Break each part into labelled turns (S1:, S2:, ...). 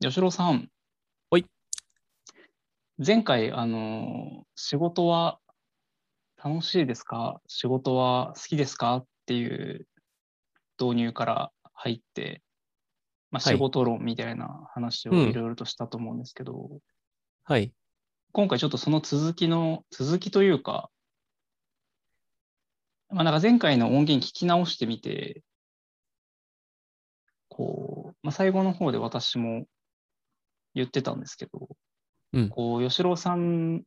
S1: 吉郎さん。
S2: はい
S1: 前回、あの、仕事は楽しいですか仕事は好きですかっていう導入から入って、まあ、
S2: はい
S1: 仕事論みたいな話を
S2: うん
S1: いろいろとしたと思うんですけど、
S2: はい。
S1: 今回ちょっとその続きの、続きというか、まあ、なんか前回の音源聞き直してみて、こう、まあ、最後の方で私も言ってたんですけど、
S2: うん
S1: こう、吉郎さん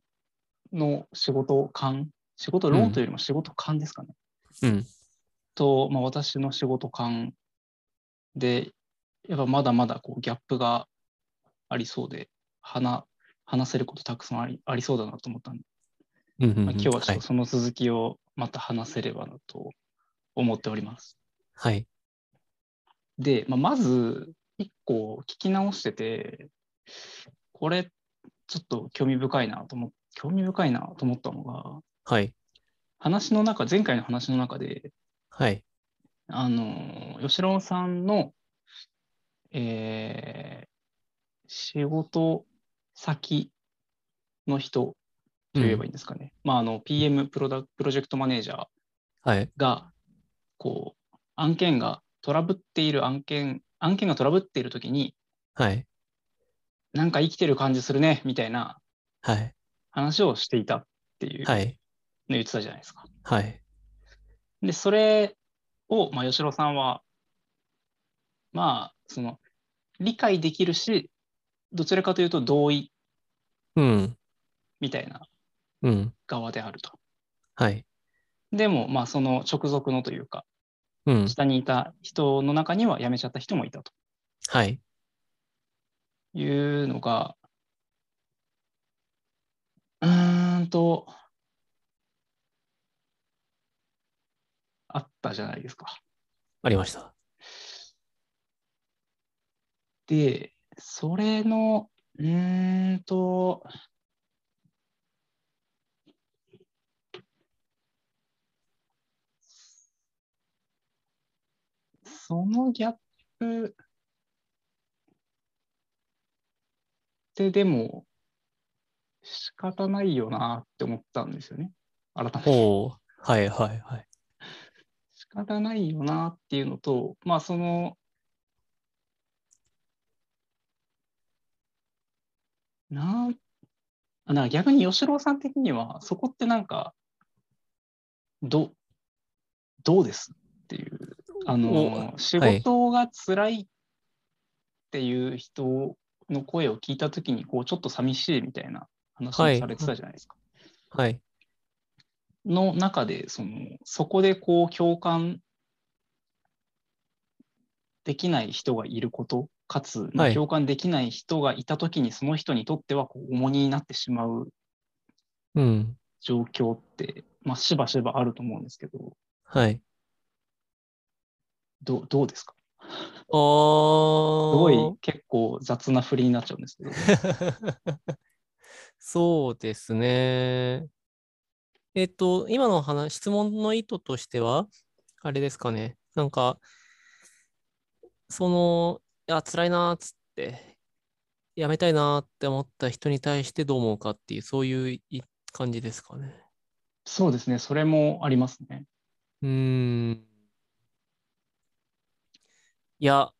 S1: の仕事感、仕事論というよりも仕事感ですかね。
S2: うん。
S1: と、まあ、私の仕事感で、やっぱまだまだこうギャップがありそうで、話話せることたくさんありありそうだなと思ったんで、
S2: うんうんうん
S1: まあ、今日はちょっ
S2: い
S1: と。その続きをまた話せればなと思っております。
S2: はい。
S1: で、まあ、まず一個聞き直してて、これちょっと興味深いなと思っ興味深いなと思ったのが、
S2: はい。
S1: 話の中、前回の話の中で、
S2: はい。
S1: あの、吉郎さんの、えー仕事先の人と言えばいいんですかね。まあ、あの、PM プロダ、プロジェクトマネージャー
S2: はい。
S1: が、こう、案件がトラブっている案件、案件がトラブっているときに、
S2: はい。
S1: なんか生きてる感じするね、みたいな
S2: はい。
S1: 話をしていたっていうの
S2: はい。
S1: 言ってたじゃないですか。
S2: はい。
S1: で、それを、まあ、吉郎さんは、まあ、その、理解できるし、どちらかというと同意
S2: うん。
S1: みたいな
S2: うん。
S1: 側であると。
S2: はい。
S1: でも、まあ、その直属のというか、
S2: うん。
S1: 下にいた人の中には辞めちゃった人もいたと
S2: はい。
S1: いうのが、うーんと、あったじゃないですか。
S2: ありました。
S1: で、それの、うーんと、そのギャップってでも仕方ないよなって思ったんですよね。改めて。
S2: おお。はい。はい。はい。
S1: 仕方ないよなっていうのと、まあその、なん、あなんか逆に吉郎さん的には、そこってなんか、ど、どうですっていう、あの、仕事が辛いっていう人の声を聞いたときに、こう、ちょっと寂しいみたいな話
S2: は
S1: を
S2: い
S1: されてたじゃないですか。
S2: はい。
S1: の中でそのそこでこう共感できない人がいることかつ、まあ
S2: はい
S1: 共感できない人がいた時にその人にとってはこう重荷になってしまう
S2: うん。
S1: 状況って、まあ、しばしばあると思うんですけど
S2: はい。
S1: どうどうですかす
S2: お
S1: ご
S2: ー。
S1: い結構雑な振りになっちゃうんですけど
S2: そうですね。えっと、今の話、質問の意図としては、あれですかね。なんか、その、いや、辛いなーっつって、やめたいなーって思った人に対してどう思うかっていう、そういうい感じですかね。
S1: そうですねそれもありますね
S2: うーん。いや、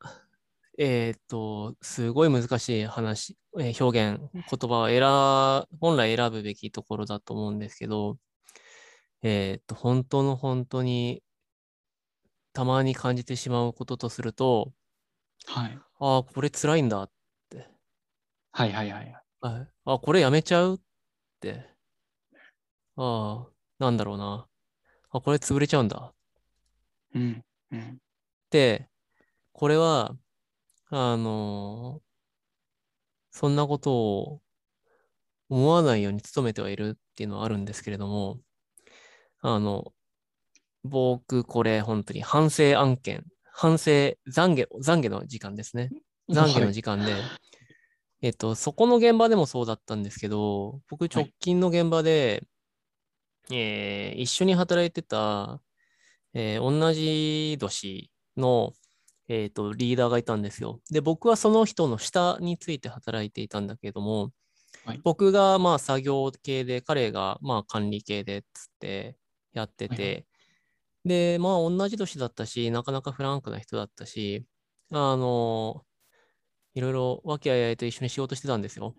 S2: えーっと、すごい難しい話、えー表現、言葉を選、本来選ぶべきところだと思うんですけど、えーっと、本当の本当に、たまに感じてしまうこととすると、
S1: はい
S2: ああ、これ辛いんだ。
S1: はいはいはい
S2: はいあ、これやめちゃうって。ああ、なんだろうな。あ、これ潰れちゃうんだ。
S1: うんうん
S2: ってこれは、あのそんなことを思わないように努めてはいるっていうのはあるんですけれども、あの、僕、これ、本当に反省案件、反省、懺悔、懺悔の時間ですね。懺悔の
S1: はい
S2: 時間で、えっと、そこの現場でもそうだったんですけど、僕、直近の現場で、えー一緒に働いてた、えー同じ年の、ええっ、と、リーダーがいたんですよ。で、僕はその人の下について働いていたんだけれども、
S1: はい
S2: 僕がまあ作業系で、彼がまあ管理系でっつってやってて、
S1: はい
S2: で、まあ同じ年だったし、なかなかフランクな人だったし、あの、いろいろ和気あいあいと一緒に仕事してたんですよ。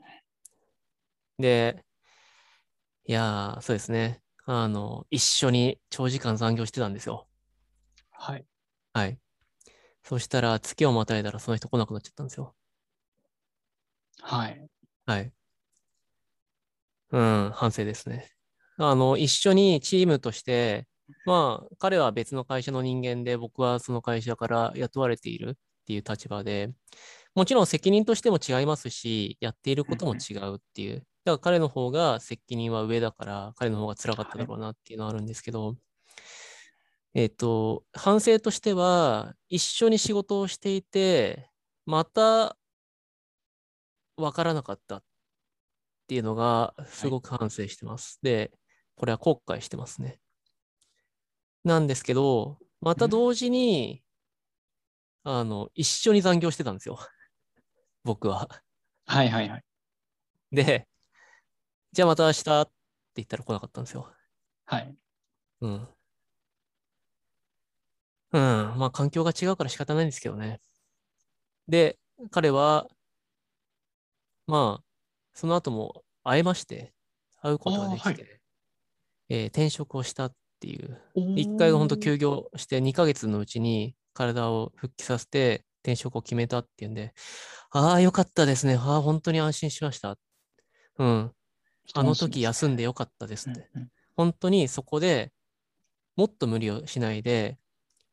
S2: で、いやー、そうですね。あの、一緒に長時間残業してたんですよ。
S1: はい。
S2: はい。そしたら、月をまたいだらその人来なくなっちゃったんですよ。
S1: はい。
S2: はい。うん、反省ですね。あの、一緒にチームとして、まあ、彼は別の会社の人間で、僕はその会社から雇われているっていう立場で、もちろん責任としても違いますし、やっていることも違うっていう。だから彼の方が責任は上だから、彼の方が辛かっただろうなっていうのはあるんですけど、えっと、反省としては、一緒に仕事をしていて、また分からなかったっていうのが、すごく反省してます。で、これは後悔してますね。なんですけど、また同時に、あの、一緒に残業してたんですよ。僕は。
S1: はいはいはい。
S2: で、じゃあまた明日って言ったら来なかったんですよ。
S1: はい。
S2: うん。うん。まあ、環境が違うから仕方ないんですけどね。で、彼は、まあ、その後も会えまして、会うことができて、
S1: あーは
S2: えー転職をしたっていう。
S1: おー
S2: 一回本当休業して2ヶ月のうちに体を復帰させて転職を決めたっていうんで、ああ、よかったですね。ああ、本当に安心しました。うん。あの時休んでよかったです
S1: う
S2: っ
S1: ん
S2: て。
S1: うん
S2: 本当にそこでもっと無理をしないで、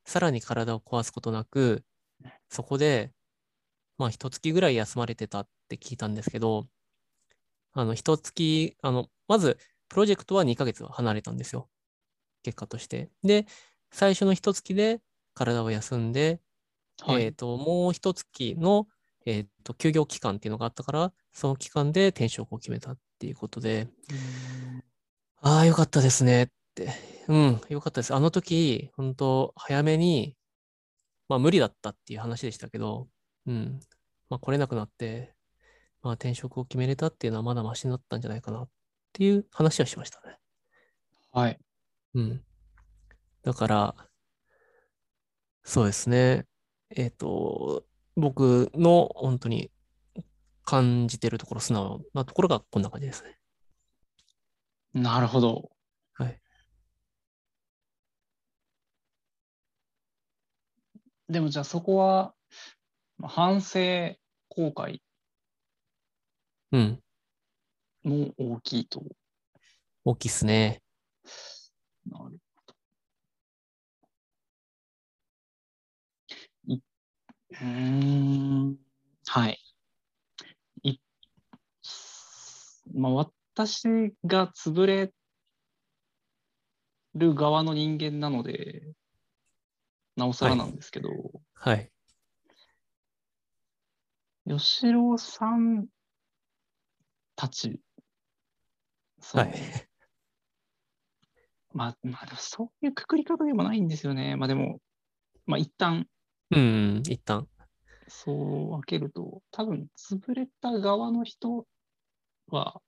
S2: さらに体を壊すことなく、そこで、まあ、一月ぐらい休まれてたって聞いたんですけど、あの、一月、あの、まず、プロジェクトは2ヶ月は離れたんですよ。結果として。で、最初の一月で体を休んで、
S1: はい
S2: えっ、と、もう一月の、えっ、と、休業期間っていうのがあったから、その期間で転職を決めたっていうことで、ああ、よかったですねって。うん、よかったです。あの時、本当早めに、まあ無理だったっていう話でしたけど、うん、まあ来れなくなって、まあ転職を決めれたっていうのはまだマシになったんじゃないかなっていう話はしましたね。
S1: はい。
S2: うん。だから、そうですね。えっと、僕の本当に感じてるところ、素直なところがこんな感じですね。
S1: なるほど。
S2: はい。
S1: でもじゃあそこは、まあ反省、後悔
S2: うん。
S1: も大きいと。
S2: 大きいっすね。
S1: なるほど。いうーん。はい。いまあ、私が潰れる側の人間なので、なおさらなんですけど、
S2: はい。
S1: 吉郎さんたち、その
S2: はい。
S1: まあ、まあ、でもそういうくくり方でもないんですよね。まあでも、まあ一旦、
S2: うん、一旦。
S1: そう分けると、多分潰れた側の人は、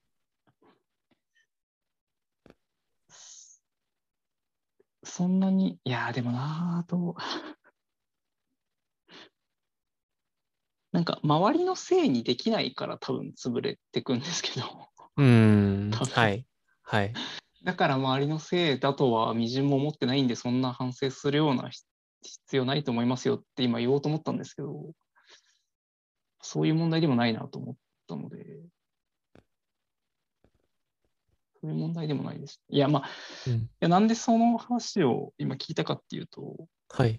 S1: そそんなに、いやー、でもなーと、なんか周りのせいにできないから多分潰れてくんですけど、
S2: うん。
S1: 多分
S2: はい。はい。
S1: だから周りのせいだとはみじんも思ってないんで、そんな反省するような必必要ないと思いますよって今言おうと思ったんですけど、そういう問題でもないなと思ったので、そういう問題でもないです。いや、まあ、
S2: うん
S1: いやなんでその話を今聞いたかっていうと、
S2: はい。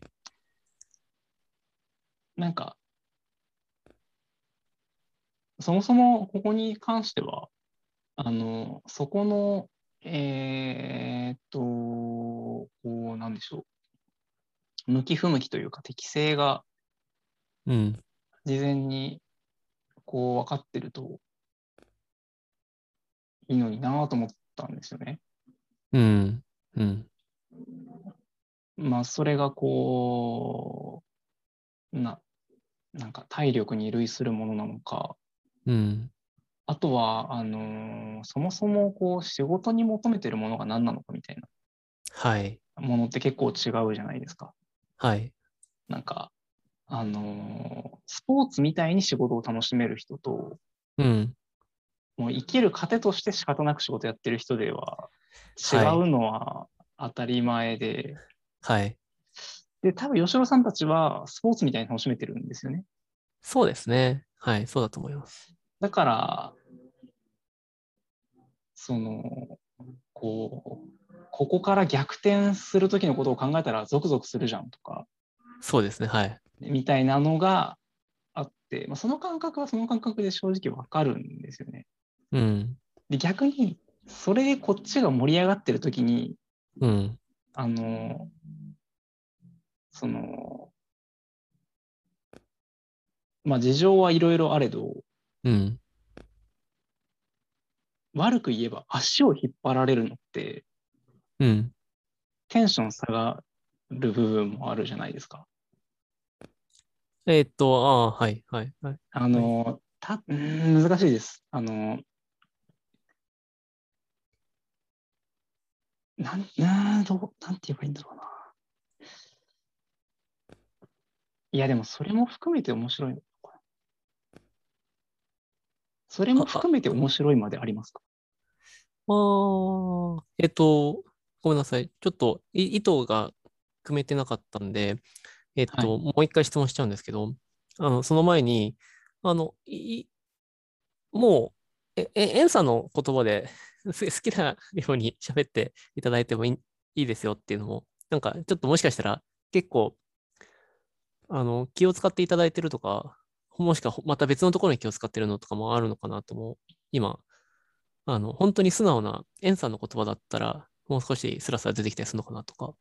S1: なんか、そもそもここに関しては、あの、そこの、えーっと、こう、なんでしょう。向き不向きというか適性が
S2: うん。
S1: 事前にこう分かってるといいのになぁと思ったんですよね。
S2: うん。うん。
S1: まあ、それがこな、なんか体力に類するものなのか、
S2: うん。
S1: あとは、あのーそもそもこう仕事に求めてるものが何なのかみたい
S2: はい。
S1: なものって結構違うじゃないですか。
S2: はい。
S1: なんか、あのースポーツみたいに仕事を楽しめる人と、
S2: うん。
S1: もう生きる糧として仕方なく仕事やってる人では違うのは当たり前で、
S2: はい。
S1: で、多分吉野さんたちはスポーツみたいに楽しめてるんですよね。
S2: そうですね。はい。そうだと思います。
S1: だから、その、こう、ここから逆転する時のことを考えたらゾクゾクするじゃんとか、
S2: そうですね。はい。
S1: みたいなのがあって、まあ、その感覚はその感覚で正直わかるんですよね。
S2: うん。
S1: で、逆に、それでこっちが盛り上がってる時に、
S2: うん。
S1: あの、その、まあ事情はいろいろあれど、
S2: うん。
S1: 悪く言えば足を引っ張られるのって、
S2: うん。
S1: テンション下がる部分もあるじゃないですか。
S2: えーっと、ああ、はい。はい。はい。
S1: あの、たうーん難しいです。あの、なん、なん、どう、なんて言えばいいんだろうな。いや、でもそれも含めて面白いのかな。それも含めて面白いまでありますか
S2: ああ、えっと、ごめんなさい。ちょっとい意図が組めてなかったんで、えっ
S1: はい
S2: と、もう一回質問しちゃうんですけど、あの、その前に、あの、い、いもう、え、え、エンさんの言葉で す好きなように喋っていただいてもいい、いいですよっていうのも、なんか、ちょっともしかしたら、結構、あの、気を使っていただいてるとか、もしくはまた別のところに気を使ってるのとかもあるのかなとも、今、あの、本当に素直な、エンさんの言葉だったら、もう少しスラスラ出てきたりするのかなとか。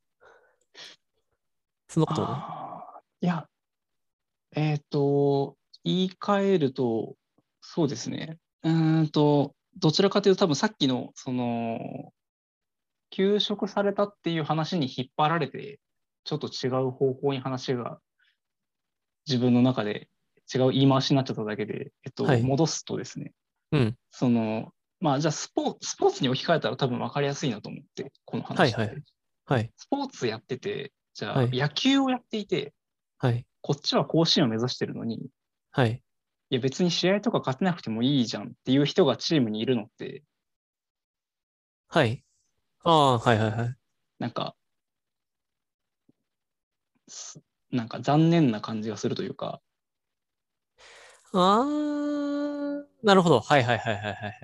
S2: そのことない
S1: ああーいや、えっ、と、言い換えると、そうですね。うーんと、どちらかというと、多分さっきの、その、休職されたっていう話に引っ張られて、ちょっと違う方向に話が、自分の中で違う言い回しになっちゃっただけで、えっと、
S2: はい
S1: 戻すとですね、
S2: うん。
S1: その、まあ、じゃあスポー、スポーツに置き換えたら多分分かりやすいなと思って、この話って。
S2: はいはいはい。
S1: スポーツやってて、じゃ
S2: は
S1: あ
S2: い
S1: 野球をやっていて、
S2: はい。
S1: こっちは甲子園を目指してるのに、い
S2: はい。
S1: や別に試合とか勝てなくてもいいじゃんっていう人がチームにいるのって、
S2: はい。ああ、はいはいはい。
S1: なんか、すなんか残念な感じがするというか、
S2: ああ、なるほど。はいはいはいはいはい。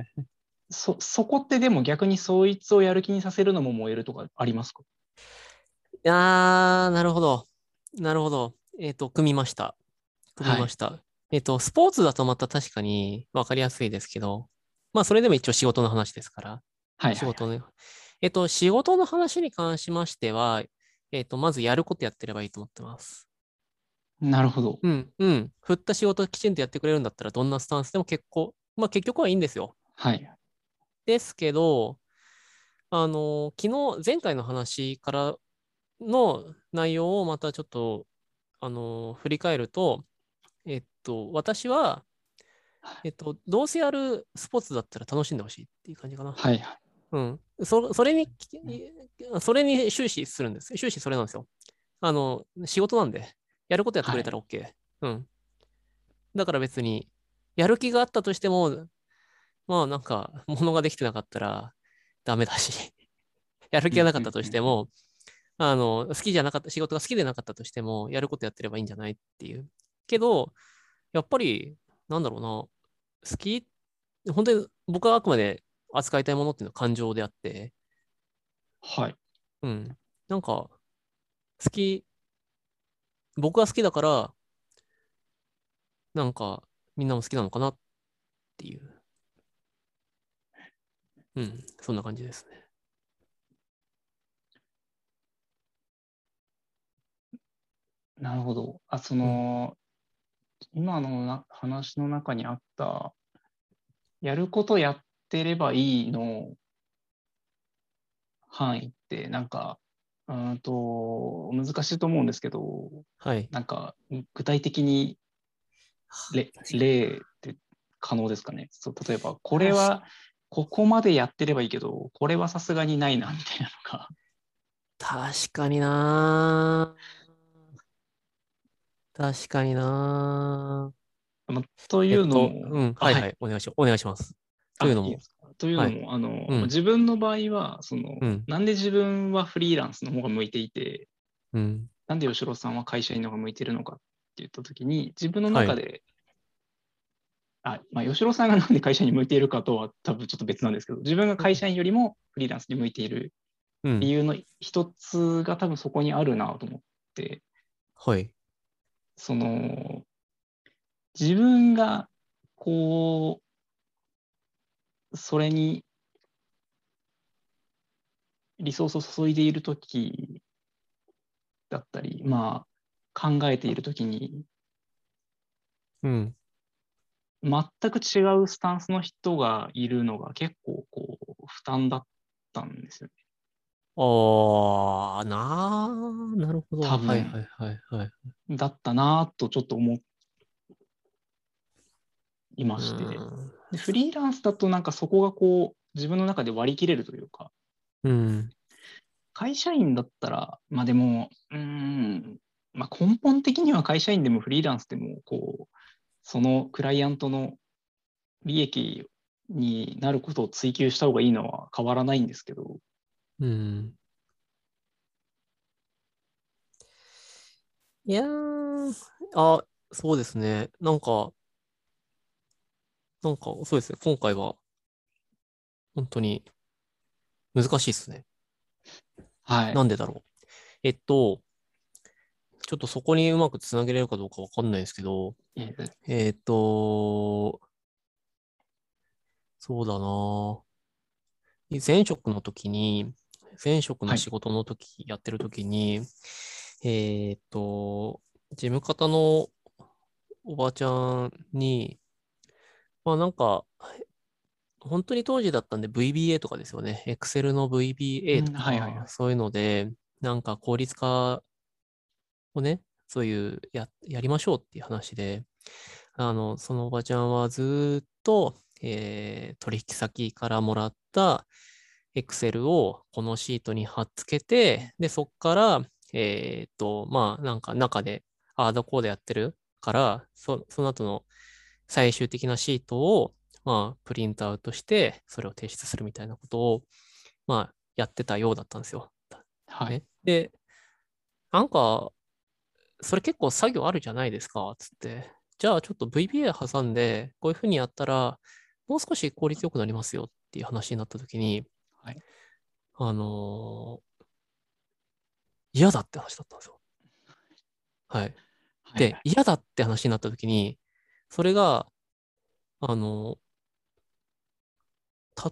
S1: そ、そこってでも逆にそいつをやる気にさせるのも燃えるとかありますか
S2: ああ、なるほど。なるほど。えっと、組みました。組みました。えっと、スポーツだとまた確かに分かりやすいですけど、まあ、それでも一応仕事の話ですから。
S1: はい、
S2: 仕
S1: はい。
S2: 事ね。えっと、仕事の話に関しましては、えっと、まずやることやってればいいと思ってます。
S1: なるほど。
S2: うん、うん。振った仕事きちんとやってくれるんだったら、どんなスタンスでも結構、まあ結局はいいんですよ。
S1: はい。
S2: ですけど、あの、昨日、前回の話からの内容をまたちょっと、あの、振り返ると、えっと、私は、えっと、どうせやるスポーツだったら楽しんでほしいっていう感じかな。
S1: はい、はい。
S2: うん。そ、それにき、それに終始するんです。終始それなんですよ。あの、仕事なんで、やることやってくれたら OK。うん。だから別に、やる気があったとしても、まあなんか、ものができてなかったらダメだし、 やる気がなかったとしても、あの、好きじゃなかった、仕事が好きでなかったとしても、やることやってればいいんじゃないっていう。けど、やっぱり、なんだろうな、好き、本当に僕はあくまで扱いたいものっていうのは感情であって、
S1: はい。
S2: うん。なんか、好き、僕が好きだから、なんか、みんなも好きなのかなっていう。うん、そんな感じですね。
S1: なるほど。あ、その、今のな話の中にあった、やることやってればいいの範囲って、なんか、うんと難しいと思うんですけど、
S2: はい。
S1: なんか具体的にれ例って可能ですかねそう例えばこれはここまでやってればいいけどこれはさすがにないなみたいなのが
S2: 確かにな確かにな
S1: まあというの
S2: えっと
S1: も、
S2: うん、
S1: あ
S2: はい
S1: はい
S2: はい、お願いします。お願いします。
S1: あ
S2: というのも
S1: いいですかというのも、あの
S2: うん
S1: 自分の場合はその、
S2: うん
S1: なんで自分はフリーランスの方が向いていて
S2: うん。
S1: なんで吉郎さんは会社員の方が向いてるのかって言ったときに、自分の中で、あ、まあ、吉郎さんがなんで会社に向いているかとは多分ちょっと別なんですけど、自分が会社員よりもフリーランスに向いている
S2: うん
S1: 理。由の一つが多分そこにあるなと思って、
S2: はい。
S1: その、自分が、こう、それに、リソースを注いでいるときだったり、まあ、考えているときに、
S2: うん。
S1: 全く違うスタンスの人がいるのが結構、こう、負担だったんですよね。
S2: ああ、なあ、なるほど。
S1: 多分
S2: はいはいはいはい。
S1: だったなぁとちょっと思いまして。
S2: うん
S1: でフリーランスだとなんかそこがこう自分の中で割り切れるというか
S2: うん。
S1: 会社員だったらまあでもうーん、まあ、根本的には会社員でもフリーランスでもこうそのクライアントの利益になることを追求した方がいいのは変わらないんですけど
S2: うん。いやー、あ、そうですね。なんか、なんか、そうですね。今回は、本当に、難しいですね。
S1: はい
S2: なんでだろう。えっと、ちょっとそこにうまくつなげれるかどうかわかんないですけど、
S1: えー
S2: えーっと、そうだなぁ。前職の時に、前職の
S1: はい
S2: 仕事の時、やってる時に、えーっと、事務方のおばちゃんに、まあなんか、本当に当時だったんで VBA とかですよね。Excel の VBA と
S1: うんはいはいは
S2: か
S1: い、
S2: そういうので、なんか効率化をね、そういうや、やりましょうっていう話で、あの、そのおばちゃんはずーっと、えー取引先からもらった、Excel をこのシートに貼っつけて、で、そこから、えーっと、まあ、なんか中で、ああだこうでやってるから、そその後の最終的なシートを、まあ、プリントアウトして、それを提出するみたいなことを、まあ、やってたようだったんですよ。
S1: はい、
S2: ねで、なんか、それ結構作業あるじゃないですか、つって。じゃあちょっと VBA 挟んで、こういうふうにやったら、もう少し効率よくなりますよっていう話になったときに、
S1: はい
S2: あのー嫌だって話だったんですよ。はい。
S1: はい
S2: で、嫌だって話になったときに、それが、あの、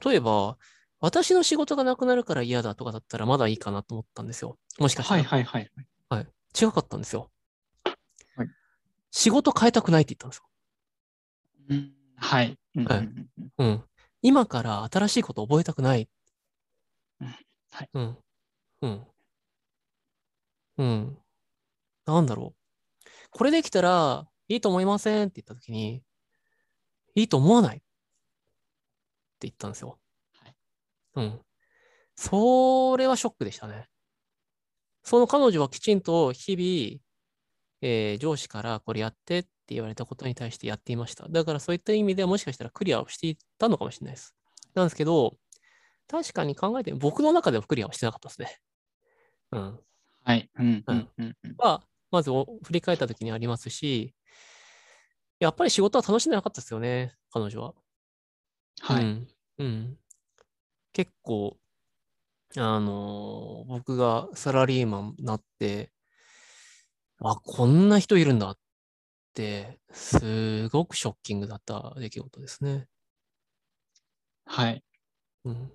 S2: 例えば、私の仕事がなくなるから嫌だとかだったらまだいいかなと思ったんですよ。もしかした
S1: はい
S2: ら。
S1: はいはいはい
S2: 違かったんですよ。
S1: はい
S2: 仕事変えたくないって言ったんですよ。
S1: うんはいうん
S2: はい
S1: うんうん
S2: うん。今から新しいこと覚えたくない。
S1: うんはい
S2: うん。うん。うん。なんだろう。これできたらいいと思いませんって言ったときに、いいと思わないって言ったんですよ。
S1: はい
S2: うん。それはショックでしたね。その彼女はきちんと日々、えー上司からこれやってって言われたことに対してやっていました。だからそういった意味ではもしかしたらクリアをしていたのかもしれないです。なんですけど、確かに考えて、僕の中ではクリアはしてなかったですね。うん。
S1: はいうんう
S2: うん
S1: んうんうん
S2: は、まずお振り返った時にありますし、やっぱり仕事は楽しんでなかったですよね、彼女は。
S1: は
S2: う
S1: い
S2: ん。うん結構、あのー僕がサラリーマンになって、あ、こんな人いるんだって、すごくショッキングだった出来事ですね。
S1: はい
S2: うん。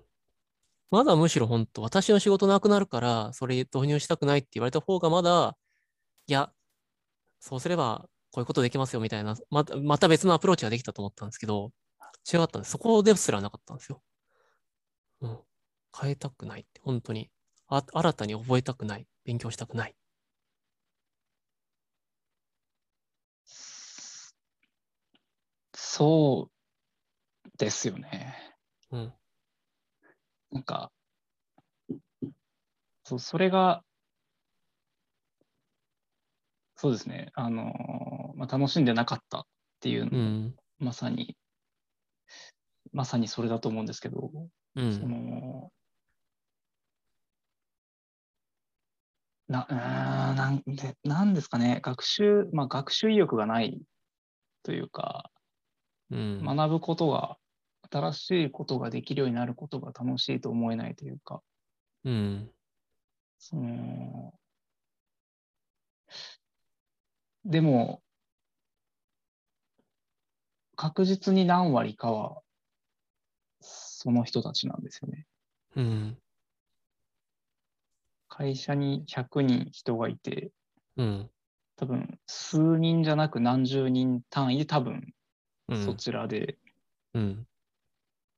S2: まだむしろ本当、私の仕事なくなるから、それ導入したくないって言われた方がまだ、いや、そうすればこういうことできますよみたいな、また、また別のアプローチができたと思ったんですけど、違かったんです。そこですらなかったんですよ。うん。変えたくないって、本当に。あ新たに覚えたくない、勉強したくない。
S1: そうですよね。
S2: うん。
S1: なんか、そうそれが、そうですね、あのーまあ、楽しんでなかったっていう
S2: う
S1: の、
S2: ん。
S1: まさに、まさにそれだと思うんですけど、
S2: う
S1: そ
S2: ん。
S1: のなうーんなんでなんですかね学習、まあ、学習意欲がないというか
S2: うん。
S1: 学ぶことが新しいことができるようになることが楽しいと思えないというか
S2: うん。
S1: そのでも確実に何割かはその人たちなんですよね。
S2: うん。
S1: 会社に100人人がいて
S2: うん。
S1: 多分数人じゃなく何十人単位で多分
S2: うん
S1: そちらで、
S2: うん。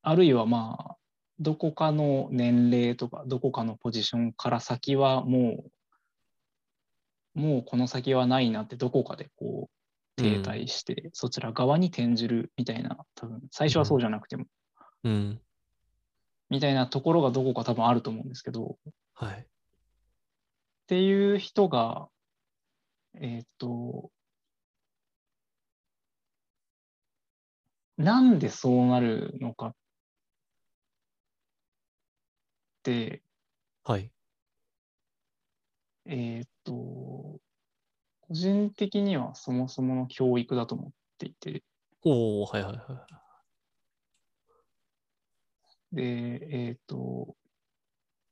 S1: あるいはまあどこかの年齢とかどこかのポジションから先はもうもうこの先はないなってどこかでこう停滞して、そちら側に転じるみたいな多分最初はそうじゃなくても、
S2: うん。
S1: みたいなところがどこか多分あると思うんですけど、
S2: はい。
S1: っていう人が、えーっと、なんでそうなるのかって、
S2: はい。
S1: えーっと、個人的にはそもそもの教育だと思っていて、
S2: おおはいはいは
S1: で、えーっと、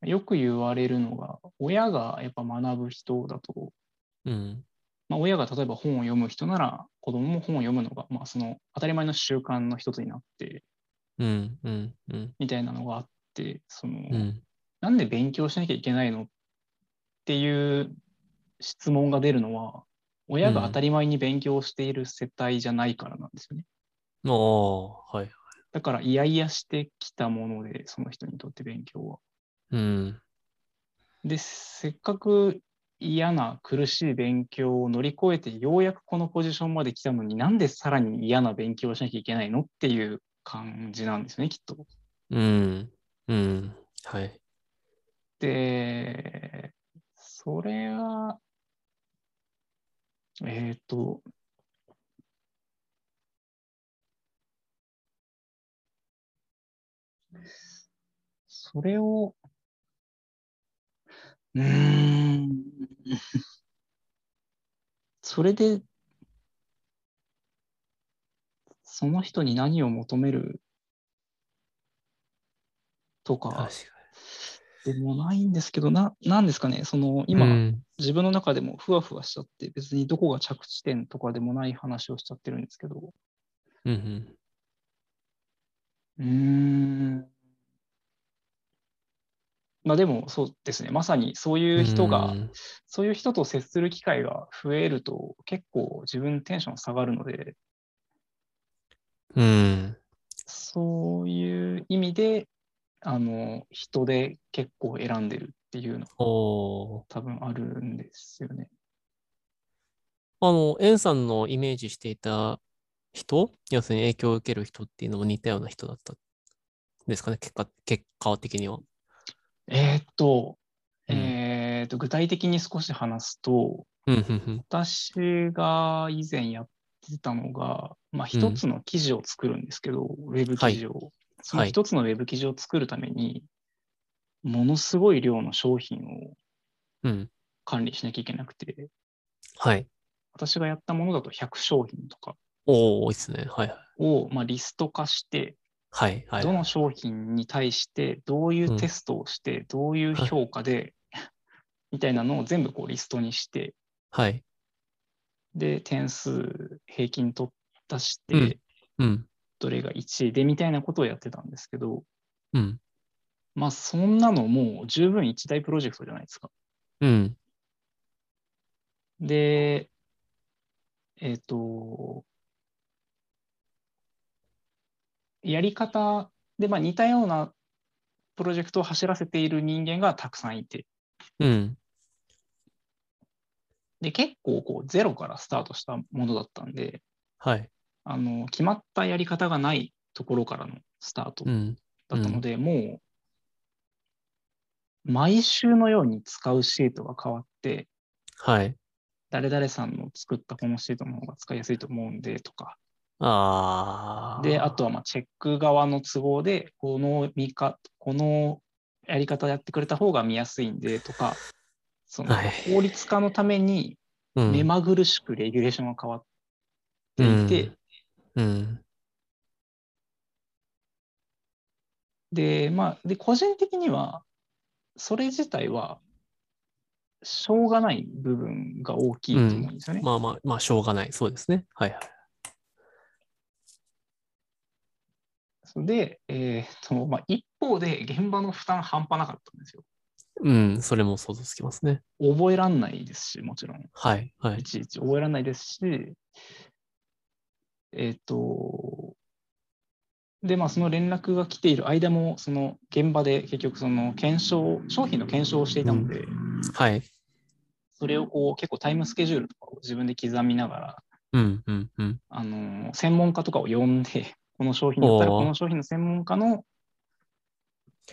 S1: よく言われるのが、親がやっぱ学ぶ人だと
S2: い。うん。
S1: まあ、親が例えば本を読む人なら子供も本を読むのが、まあ、その当たり前の習慣の一つになって
S2: うん。うん。うん。
S1: みたいなのがあってその、
S2: うん。
S1: なんで勉強しなきゃいけないのっていう質問が出るのは親が当たり前に勉強している世帯じゃないからなんですよね。
S2: おーはい。
S1: だから嫌々してきたものでその人にとって勉強は。
S2: うん。
S1: でせっかく嫌な苦しい勉強を乗り越えてようやくこのポジションまで来たのになんでさらに嫌な勉強をしなきゃいけないのっていう感じなんですよねきっと。
S2: うん。うん。はい。
S1: でそれはえっ、とそれをうーん それでその人に何を求めると
S2: 確か
S1: かでもないんですけど、ななんですかね、その
S2: に。
S1: 今、
S2: うん
S1: 自分の中でもふわふわしちゃって、別にどこが着地点とかでもない話をしちゃってるんですけど、
S2: うん。
S1: うーん。まあでもそうですね、まさにそう
S2: うん
S1: いう人が、
S2: うん
S1: そういう人と接する機会が増えると、結構自分テンション下がるので、
S2: うん。
S1: そういう意味で、あの人で結構選んでるっていうのが
S2: おー
S1: 多分あるんですよね。
S2: あの、エンさんのイメージしていた人、要するに影響を受ける人っていうのも似たような人だったんですかね、結果、結果的には。
S1: えーっと、
S2: うん
S1: えーっと、具体的に少し話すと、
S2: うん、うん、
S1: 私が以前やってたのが、まあ、一つの記事を作るんですけど、ウェブ記事を。その
S2: はい
S1: 一つのウェブ記事を作るために、ものすごい量の商品を
S2: うん。うん。
S1: 管理しなきゃいけなくて、
S2: はい。
S1: 私がやったものだと100商品とか
S2: おー、いいっすね。はいはい。
S1: を、まあ、リスト化して、
S2: はい、はい。
S1: どの商品に対してどういうテストをして、どういう評価で、みたいなのを全部こうリストにして、
S2: はい。
S1: で、点数、平均取ったし
S2: うん
S1: て、
S2: うん、
S1: どれが1位でみたいなことをやってたんですけど、
S2: うん、
S1: まあ、そんなのもう十分一大プロジェクトじゃないですか。
S2: うん、
S1: で、えっ、と、やり方で、まあ、似たようなプロジェクトを走らせている人間がたくさんいて、
S2: うん。
S1: で、結構こうゼロからスタートしたものだったんで、
S2: はい。
S1: あの決まったやり方がないところからのスタート
S2: うん。
S1: だったので、もう、毎週のように使うシートが変わって、
S2: はい。
S1: 誰々さんの作ったこのシートの方が使いやすいと思うんでとか、
S2: あー
S1: で、あとはまあチェック側の都合で、この見か、このやり方やってくれた方が見やすいんでと か、その
S2: はい
S1: 効率化のために
S2: うん
S1: 目まぐるしくレギュレーションが変わっていて、
S2: うん。うん。
S1: で、まあ、で、個人的には、それ自体は、しょうがない部分が大きいと思うんですよね。
S2: まあまあ、まあ、しょうがない。そうですね。はいはい。
S1: そうで、えーとまあ、一方で、現場の負担半端なかったんですよ。
S2: うん。それも想像つきますね。
S1: 覚えらんないですし、もちろん。
S2: はい。はい
S1: い。ちいち覚えらんないですし、えっ、と、で、まあ、その連絡が来ている間も、その現場で結局、その検証、商品の検証をしていたので、
S2: はい。
S1: それをこう結構タイムスケジュールとかを自分で刻みながら、
S2: うん。うん。うん。
S1: あのー専門家とかを呼んで、 この商品だったら
S2: おー
S1: この商品の専門家の、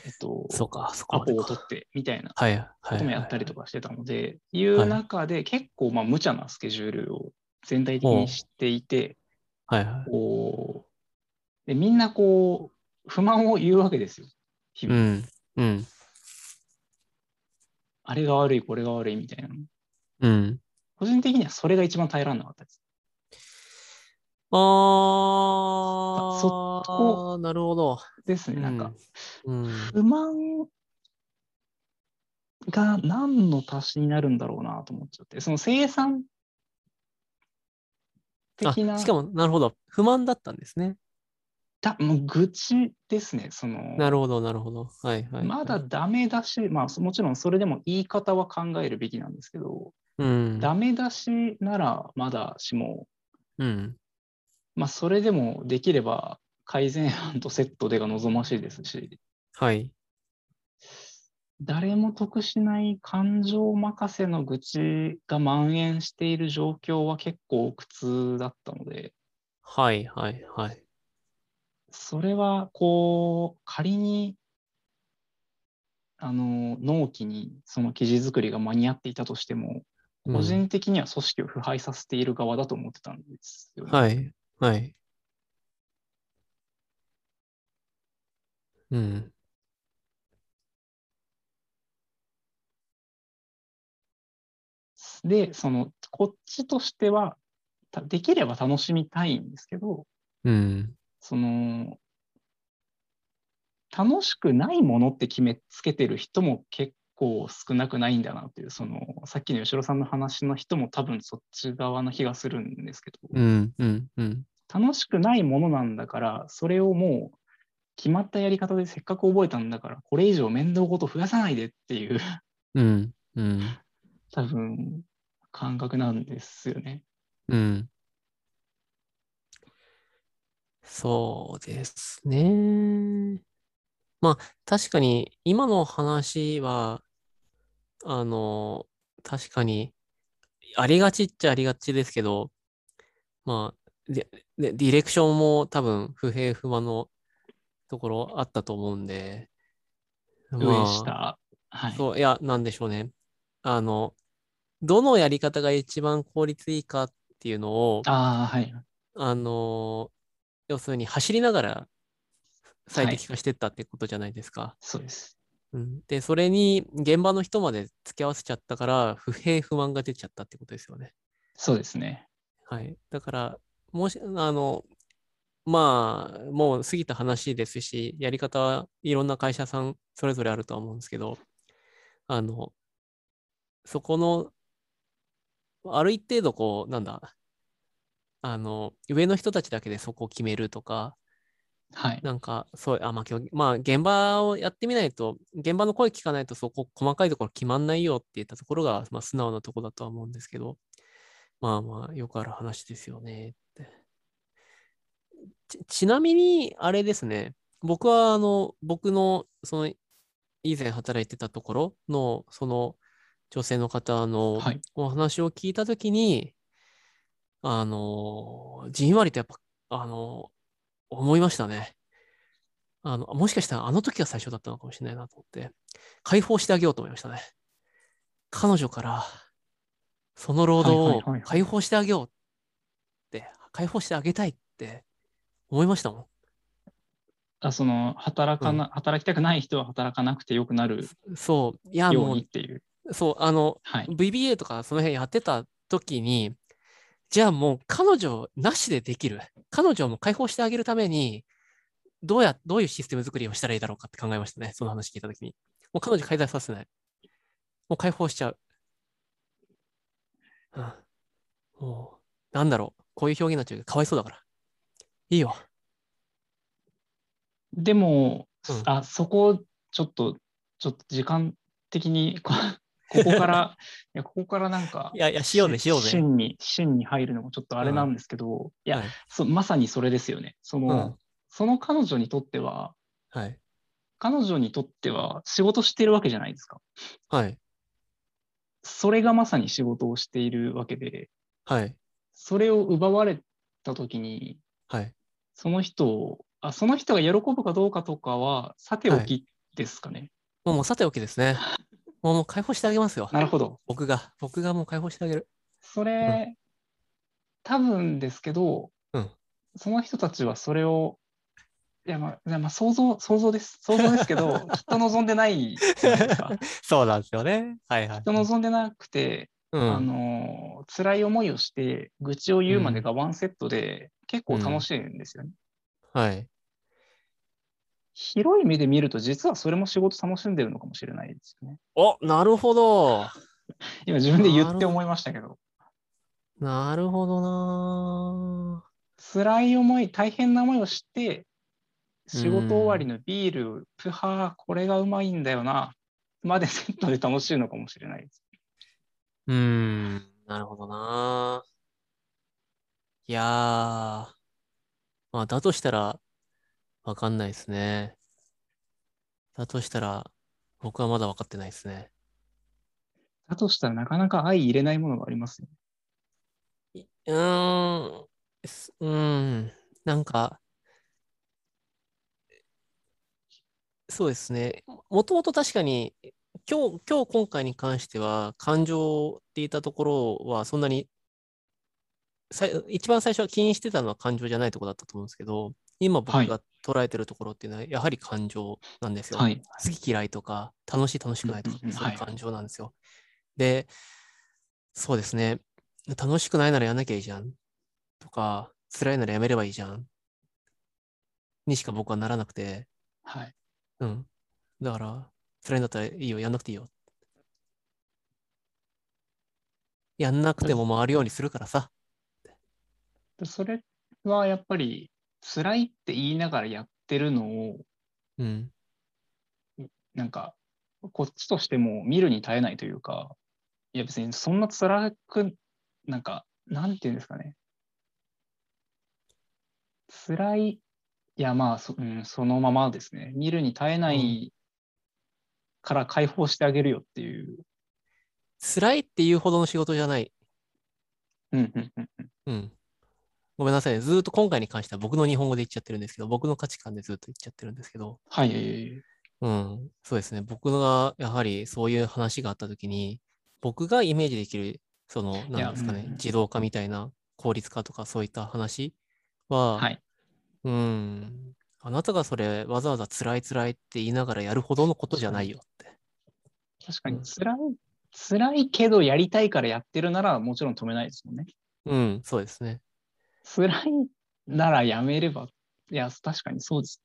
S1: えっと、
S2: そうか。そこ
S1: ア
S2: まで
S1: ポを
S2: か。
S1: 取ってみたいな
S2: はい。は
S1: こ
S2: い。
S1: ともやったりとかしてたので、いう中で結構まあ無茶なスケジュールを全体的にしていて、
S2: はい。はい。
S1: こうでみんなこう不満を言うわけですよ。日
S2: う
S1: 々
S2: ん。うん。
S1: あれが悪い、これが悪いみたいなの。
S2: うん。
S1: 個人的にはそれが一番耐えられなかったです。
S2: ああ。
S1: そこ
S2: なるほど。
S1: ですね、なんか、
S2: うん。うん。
S1: 不満が何の足しになるんだろうなと思っちゃって、その生産
S2: あ
S1: 的な、
S2: しかも、なるほど。不満だったんですね。
S1: だもう愚痴ですね、その
S2: なるほど、なるほど。はいはい。
S1: まだ、ダメだし、まあ、そもちろんそれでも言い方は考えるべきなんですけど、
S2: うん。
S1: ダメだしならまだしも、
S2: うん。
S1: まあ、それでもできれば改善案とセットでが望ましいですし、
S2: はい。
S1: 誰も得しない感情任せの愚痴が蔓延している状況は結構苦痛だったので、
S2: はいはいはい。
S1: それはこう、仮に、あの、納期にその記事作りが間に合っていたとしても、
S2: うん
S1: 個人的には組織を腐敗させている側だと思ってたんですよね。
S2: はいはい。うん。
S1: で、その、こっちとしては、たできれば楽しみたいんですけど、
S2: うん。
S1: その、楽しくないものって決めつけてる人も結構少なくないんだなっていう、その、さっきの吉郎さんの話の人も多分そっち側な気がするんですけど、
S2: うんうんうん。
S1: 楽しくないものなんだから、それをもう、決まったやり方でせっかく覚えたんだから、これ以上面倒ごと増やさないでっていう、
S2: うんうん
S1: 多分、感覚なんですよね。
S2: うん。そうですね。まあ確かに今の話は、あの、確かにありがちっちゃありがちですけど、まあ、ででディレクションも多分不平不満のところあったと思うんで、ま
S1: 上
S2: あ
S1: 下。はい。
S2: そう、いや、なんでしょうね。あの、どのやり方が一番効率いいかっていうのを、
S1: ああ、はい。
S2: あの、要するに走りながら最
S1: はい
S2: 適化してったってことじゃないですか。
S1: そうです。
S2: うん、で、それに現場の人まで付き合わせちゃったから、不平不満が出ちゃったってことですよね。
S1: そうですね。
S2: はい。だから、もし、あの、まあ、もう過ぎた話ですし、やり方はいろんな会社さんそれぞれあるとは思うんですけど、あの、そこの、ある一定度、こう、なんだ、あの、上の人たちだけでそこを決めるとか、
S1: はい。
S2: なんか、そう、あ、まあ、今日、まあ、現場をやってみないと、現場の声聞かないと、そこ、細かいところ決まんないよって言ったところが、まあ、素直なとこだとは思うんですけど、まあまあ、よくある話ですよねって。ち、ちなみに、あれですね、僕は、あの、僕の、その、以前働いてたところの、その、女性の方の
S1: はい。
S2: お話を聞いたときに、あの、じんわりとやっぱ、あの、思いましたね。あの、もしかしたらあの時が最初だったのかもしれないなと思って、解放してあげようと思いましたね。彼女から、その労働
S1: はいはいはい
S2: を解放してあげようって、解放してあげたいって思いましたもん。
S1: あその働かな、働きたくない人は働かなくてよくなる
S2: そう、いや、
S1: よう
S2: も
S1: にっていう。
S2: う、そう、あの、
S1: はい。
S2: VBA とかその辺やってた時に、じゃあもう彼女なしでできる。彼女をもう解放してあげるために、どうや、どういうシステム作りをしたらいいだろうかって考えましたね。その話聞いた時に。もう彼女介在させない。もう解放しちゃう。うん。もう、なんだろう。こういう表現になっちゃうけど、かわいそうだから。いいよ。
S1: でも、
S2: うん
S1: あそこちょっとちょっと時間的に こここからいやここからなんか
S2: いやいや、しようぜ、しようぜ。
S1: 真に真に入るのもちょっとあれなんですけど、いや、
S2: はい
S1: そまさにそれですよね。その、
S2: うん
S1: その彼女にとっては
S2: はい。
S1: 彼女にとっては仕事してるわけじゃないですか。
S2: はい。
S1: それがまさに仕事をしているわけで、
S2: はい。
S1: それを奪われた時に
S2: はい。
S1: その人をあその人が喜ぶかどうかとかはさておきですかね。
S2: もう、もうさておきですね。もう、もう解放してあげますよ。
S1: なるほど。
S2: 僕が、僕がもう解放してあげる。
S1: それ、多分ですけど、
S2: うん
S1: その人たちはそれを、いやまあ、いやまあ想像、想像です。想像ですけど、 きっと望んでないじゃないですか。きっ
S2: そうなんですよね。はいはい。
S1: と望んでなくて、
S2: うん、
S1: あのー、辛い思いをして、愚痴を言うまでがワンセットで、結構楽しいんですよね。
S2: はい。
S1: 広い目で見ると、実はそれも仕事楽しんでるのかもしれないですよね。
S2: お、なるほど。
S1: 今自分で言っ
S2: なるほ
S1: て
S2: ど
S1: 思いましたけど、
S2: なるほどな
S1: 辛い思い、大変な思いをして、仕事終わりのビール、プハー、これがうまいんだよな、までセットで楽しいのかもしれないです。
S2: ーうーん、なるほどなーいやー、まあ、だとしたら、わかんないですね。だとしたら、僕はまだわかってないですね。
S1: だとしたらなかなか相入れないものがありますよね。
S2: うーん、すうーん、なんか、そうですね。もともと確かに、今日、今日今回に関しては、感情っていたところは、そんなに、さい一番最初は気にしてたのは感情じゃないところだったと思うんですけど、今僕
S1: はい
S2: が捉えてるところっていうのは、やはり感情なんですよ。
S1: はい。
S2: 好き嫌いとか、楽しい楽しくないとか
S1: うんうんう、ん
S2: そうい
S1: は
S2: う
S1: い
S2: 感情なんですよ。で、そうですね、楽しくないならやんなきゃいいじゃんとか、辛いならやめればいいじゃんにしか僕はならなくて、
S1: はい。
S2: うん。だから、辛いんだったらいいよ、やんなくていいよ。やんなくても回るようにするからさ。
S1: でそれはやっぱり、辛いって言いながらやってるのを、
S2: うん。
S1: なんか、こっちとしても見るに耐えないというか、いや別にそんな辛く、なんか、なんていうんですかね。辛い、いやまあそ、うん、そのままですね。見るに耐えないから解放してあげるよっていう。
S2: 辛いっていうほどの仕事じゃない。
S1: うんうんうん
S2: うん。ごめんなさいね。ずーっと今回に関しては僕の日本語で言っちゃってるんですけど、僕の価値観でずっと言っちゃってるんですけど、
S1: はいはいはいはい。
S2: うん、そうですね。僕がやはりそういう話があったときに、僕がイメージできる、その、
S1: い
S2: なん
S1: や
S2: ですかね
S1: う、ん
S2: 自動化みたいな効率化とかそういった話は、
S1: はい。
S2: うん、あなたがそれわざわざ辛い辛いって言いながらやるほどのことじゃないよって。
S1: 確かに辛い、辛いけどやりたいからやってるならもちろん止めないですもんね。
S2: うん、そうですね。
S1: 辛いならやめれば、いや、確かにそうです。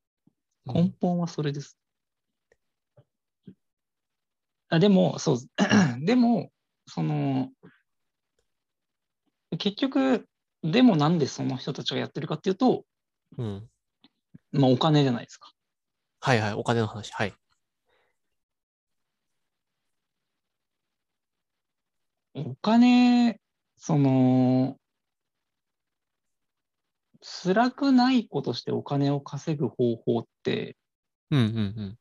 S2: うん
S1: 根本はそれです。あでも、そう です、でも、その、結局、でもなんでその人たちがやってるかっていうと、
S2: うん。
S1: まあ、お金じゃないですか。
S2: はいはい、お金の話。はい。
S1: お金、その、辛くないことしてお金を稼ぐ方法って、
S2: うんうん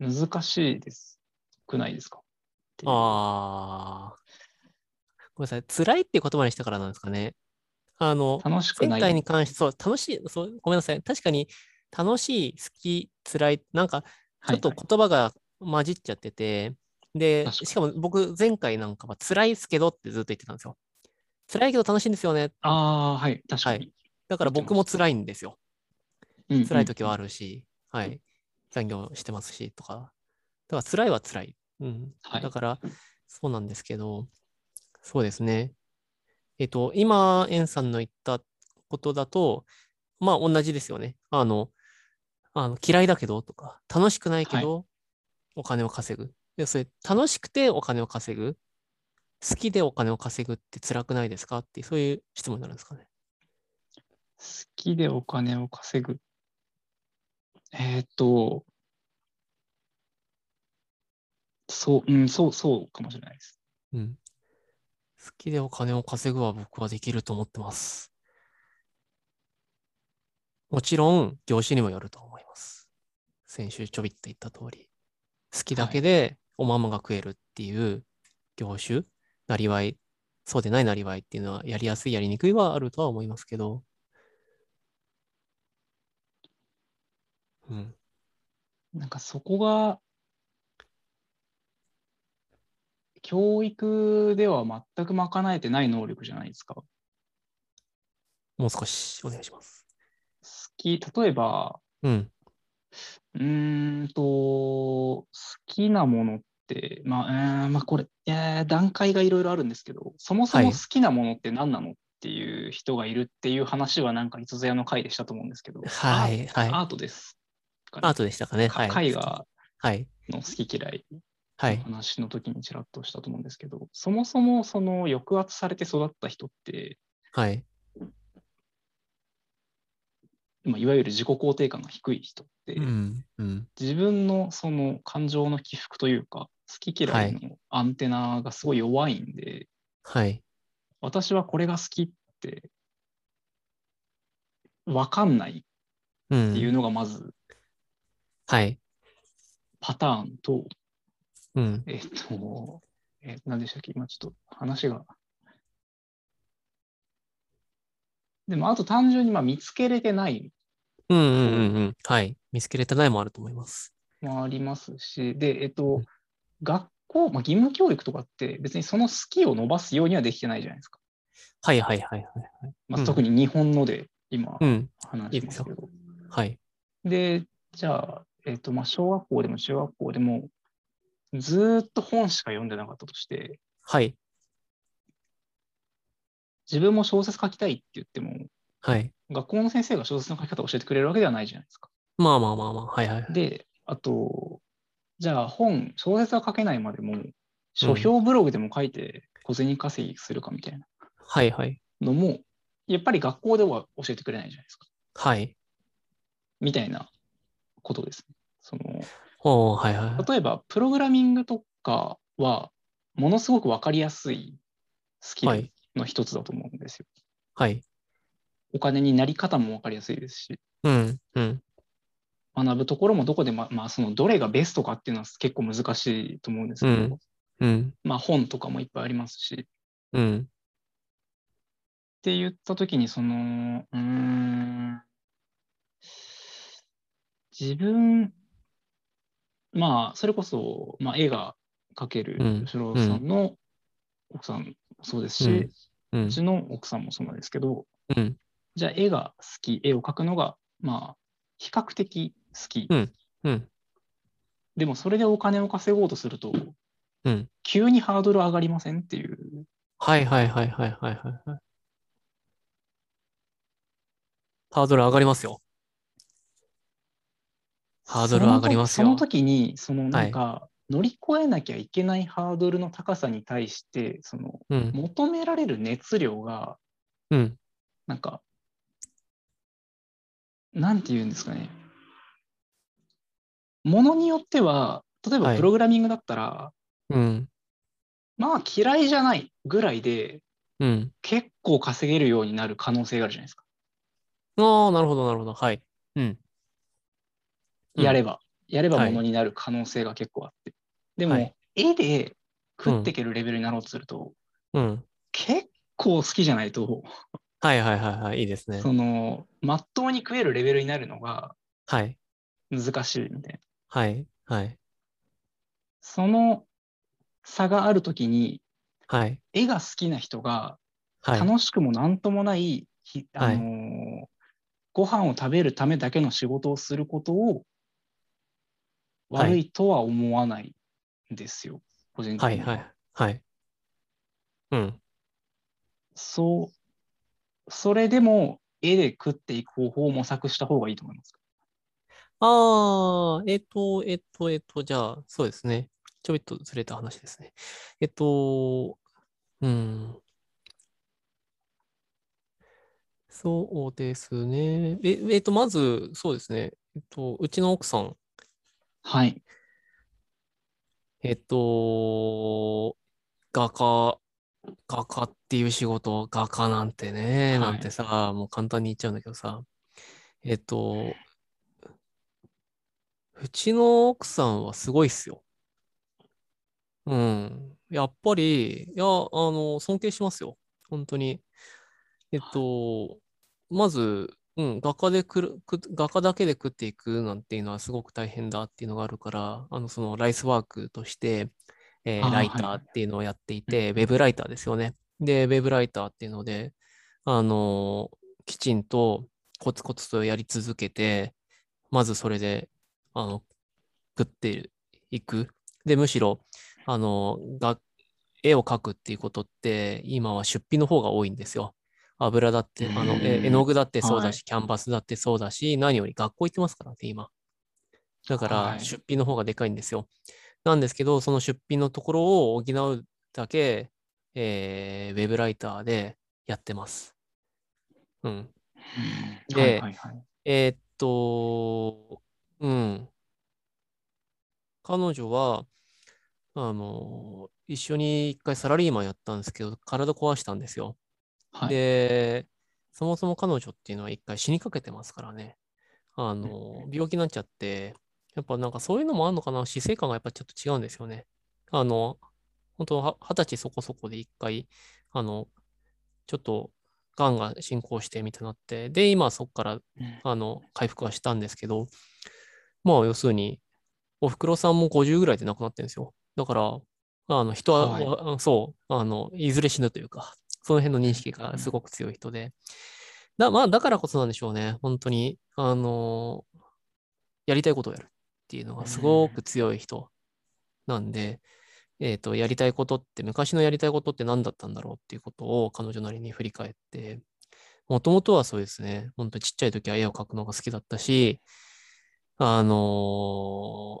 S2: うん。
S1: 難しいですくないですかっていう
S2: ああ。ごめんなさい。辛いっていう言葉にしたからなんですかね。あの、
S1: 楽しくな
S2: 前
S1: い。
S2: 回に関して、そう、楽しい、そう、ごめんなさい。確かに、楽しい、好き、辛い、なんか、ちょっと
S1: はいはい
S2: 言葉が混じっちゃってて、で、
S1: 確かに
S2: しかも僕、前回なんかは、辛いですけどってずっと言ってたんですよ。辛いけど楽しいんですよね。
S1: ああ、はい、確かに。
S2: だから僕も辛いんですよ。
S1: うんうん
S2: 辛い時はあるし、はい。残業してますし、とか。だから辛いは辛い。うん。
S1: はい
S2: だから、そうなんですけど、そうですね。えっと、今、エンさんの言ったことだと、まあ、同じですよね。あの、あの嫌いだけどとか、楽しくないけど、お金を稼ぐ。で、それ、楽しくてお金を稼ぐ。好きでお金を稼ぐって辛くないですかっていう、そういう質問になるんですかね。
S1: 好きでお金を稼ぐ。えーっと、そう、うん、そう、そうかもしれないです。
S2: うん。好きでお金を稼ぐは僕はできると思ってます。もちろん、業種にもよると思います。先週ちょびっと言った通り、好きだけでおまんまが食えるっていう業種、なりわい、そうでないなりわいっていうのはやりやすい、やりにくいはあるとは思いますけど、うん、
S1: なんかそこが、教育では全く賄えてない能力じゃないですか。好
S2: もう少しお願いします。
S1: き、例えば、
S2: うん、
S1: うーんと、好きなものって、まあ、うーんまあ、これ、えー段階がいろいろあるんですけど、そもそ
S2: は
S1: も
S2: い
S1: 好きなものって何なのっていう人がいるっていう話は、なんか、いつぞやの回でしたと思うんですけど、
S2: は
S1: アー
S2: い、はい。
S1: アートです。
S2: アートでしたかね。
S1: か
S2: はい。
S1: 絵画
S2: はい、
S1: の好き嫌い
S2: は
S1: の
S2: い、
S1: 話の時にちらっとしたと思うんですけど、そもそもその抑圧されて育った人って、
S2: はい。
S1: まあ、いわゆる自己肯定感が低い人って、
S2: うんうん
S1: 自分のその感情の起伏というか好き嫌いのアンテナがすごい弱いんで、
S2: はい。
S1: 私はこれが好きって分かんない
S2: うん
S1: っていうのがまず
S2: はい。
S1: パターンと、
S2: うん。
S1: えっと、え何でしたっけ今ちょっと話が。でもあと単純にまあ見つけれてない
S2: うんうんうんうん。はい。見つけれてないもあると思います。
S1: もありますし、で、えっ
S2: う
S1: と
S2: ん、
S1: 学校、まあ、義務教育とかって別にその好きを伸ばすようにはできてないじゃないですか。
S2: はいはいはいはい。
S1: ま
S2: う
S1: あ、
S2: ん
S1: 特に日本ので今
S2: うん。
S1: 話してますけど。
S2: はい。
S1: で、じゃあ、えっとまあ、小学校でも中学校でもずーっと本しか読んでなかったとして、
S2: はい。
S1: 自分も小説書きたいって言っても、
S2: はい。
S1: 学校の先生が小説の書き方を教えてくれるわけではないじゃないですか。
S2: まあまあまあまあ。はいはい。
S1: で、あと、じゃあ本、小説は書けないまでも、書評ブログでも書いて小銭稼ぎするかみたいな
S2: はいはい。
S1: のも、やっぱり学校では教えてくれないじゃないですか。
S2: はい。
S1: みたいなことですね。その
S2: おーはいはいはい。
S1: 例えばプログラミングとかはものすごく分かりやすいスキ
S2: は
S1: ル
S2: い。
S1: の一つだと思うんですよ。
S2: はい。
S1: お金になり方も分かりやすいですし
S2: うん。うん。
S1: 学ぶところもどこで、ままあ、そのどれがベストかっていうのは結構難しいと思うんですけど、
S2: うんうん。
S1: まあ、本とかもいっぱいありますしっ
S2: うん。
S1: て言った時にそのうーん自分まあそれこそ、まあ、絵が描け
S2: う
S1: る
S2: ん
S1: 吉郎さんの奥さんもそうですし、
S2: うんうん
S1: うちの奥さんもそうなんですけど、
S2: うん
S1: じゃあ絵が好き、絵を描くのが、まあ、比較的好き。
S2: うん。
S1: でも、それでお金を稼ごうとすると、
S2: うん
S1: 急にハードル上がりませんっていう、
S2: はいはいはいはいはいはいはい。ハードル上がりますよ。ハードル上がりますよ
S1: その時その時に、そのなんか、乗り越えなきゃいけないハードルの高さに対して、その
S2: うん。
S1: 求められる熱量が、
S2: うん。
S1: なんか、なんて言うんですかね。ものによっては、例え
S2: は
S1: ば
S2: い
S1: プログラミングだったら、
S2: うん。
S1: まあ嫌いじゃないぐらいで
S2: うん。
S1: 結構稼げるようになる可能性があるじゃないですか。
S2: ああ、なるほど、なるほど。はい。うん。うん
S1: やれば、やればものになる可能性が結構あって。でも、
S2: はい
S1: 絵で食っていけるレベルになろうとすると、
S2: うん。
S1: 結構好きじゃないと、
S2: はいはいはいはい。いいですね。
S1: その、まっとうに食えるレベルになるのが
S2: はい。
S1: 難しいみたいな。
S2: はい。はい。
S1: その差があるときに、
S2: はい。
S1: 絵が好きな人が
S2: はい。
S1: 楽しくもなんともない、ひ
S2: はい
S1: あのーご飯を食べるためだけの仕事をすることを
S2: はい
S1: 悪いとは思わないんですよ、個人的
S2: はい。
S1: には。
S2: はい。はい。うん。
S1: そう、それでも絵で食っていく方法を模索した方がいいと思います。
S2: ああ、えっと、えっと、えっと、じゃあ、そうですね。ちょびっとずれた話ですね。えっと、うん。そうですね。え、えっと、まず、そうですね。えっと、うちの奥さん、
S1: はい。
S2: えっと、画家、画家っていう仕事、画家なんて
S1: は
S2: ね、
S1: い
S2: なんてさ、もう簡単に言っちゃうんだけどさ、えっと、うちの奥さんはすごいっすよ。うん。やっぱり、いや、あの、尊敬しますよ。本当に。えっと、まず、うん、画家でくる、く、画家だけで食っていくなんていうのはすごく大変だっていうのがあるから、あの、そのライスワークとして、えー
S1: あー
S2: ライ
S1: はい
S2: ター
S1: はい
S2: っていうのをやっていて、ウェブライターですよね。で、ウェブライターっていうので、あのーきちんとコツコツとやり続けて、まずそれで、あの、食っていく。で、むしろ、あの、が絵を描くっていうことって、今は出費の方が多いんですよ。油だって、あの、え
S1: うん
S2: 絵の具だってそうだ
S1: は
S2: し、キャンバスだってそうだし、何より学校行ってますからね、今。だか
S1: は
S2: ら、
S1: い
S2: 出費の方がでかいんですよ。なんですけど、その出費のところを補うだけ、えーウェブライターでやってます。うん。
S1: うん
S2: で
S1: はいはいはい。
S2: えーっと、うん。彼女は、あの、一緒に一回サラリーマンやったんですけど、体壊したんですよ。
S1: はい、
S2: で、そもそも彼女っていうのは一回死にかけてますからね。あの、病気になっちゃって、やっぱなんかそういうのもあるのかな、死生観がやっぱちょっと違うんですよね。あの、本当は二十歳そこそこで一回、あの、ちょっと、がんが進行してみたいになって、で、今そこから
S1: うん
S2: あの、回復はしたんですけど、まあ、要するに、おふくろさんも50ぐらいで亡くなってるんですよ。だから、あの、人は、
S1: はい
S2: わそう、あの、いずれ死ぬというか、その辺の認識がすごく強い人で。だ、まあ、だからこそなんでしょうね。本当に、あの、やりたいことをやるっていうのがすごく強い人なんで、えっと、やりたいことって、昔のやりたいことって何だったんだろうっていうことを彼女なりに振り返って、もともとはそうですね。ほんとちっちゃい時は絵を描くのが好きだったし、あのー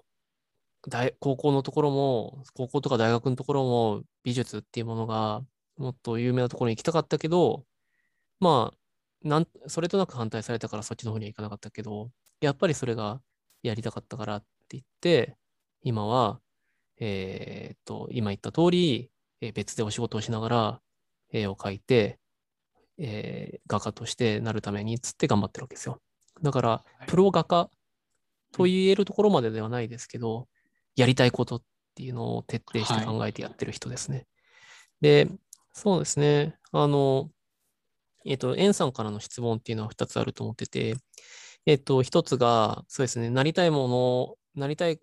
S2: 大、高校のところも、高校とか大学のところも美術っていうものがもっと有名なところに行きたかったけど、まあ、なん、それとなく反対されたからそっちの方には行かなかったけど、やっぱりそれがやりたかったからって言って、今は、えーっと、今言った通り、えー別でお仕事をしながら絵を描いて、えー画家としてなるためにっつって頑張ってるわけですよ。だから、
S1: い
S2: プロ画家と言えるところまでではないですけど、やりたいことっていうのを徹底して考えてやってる人ですね。で、そうですね。あの、えっと、エンさんからの質問っていうのは2つあると思ってて、えっと、1つが、そうですね、なりたいもの、なりたい、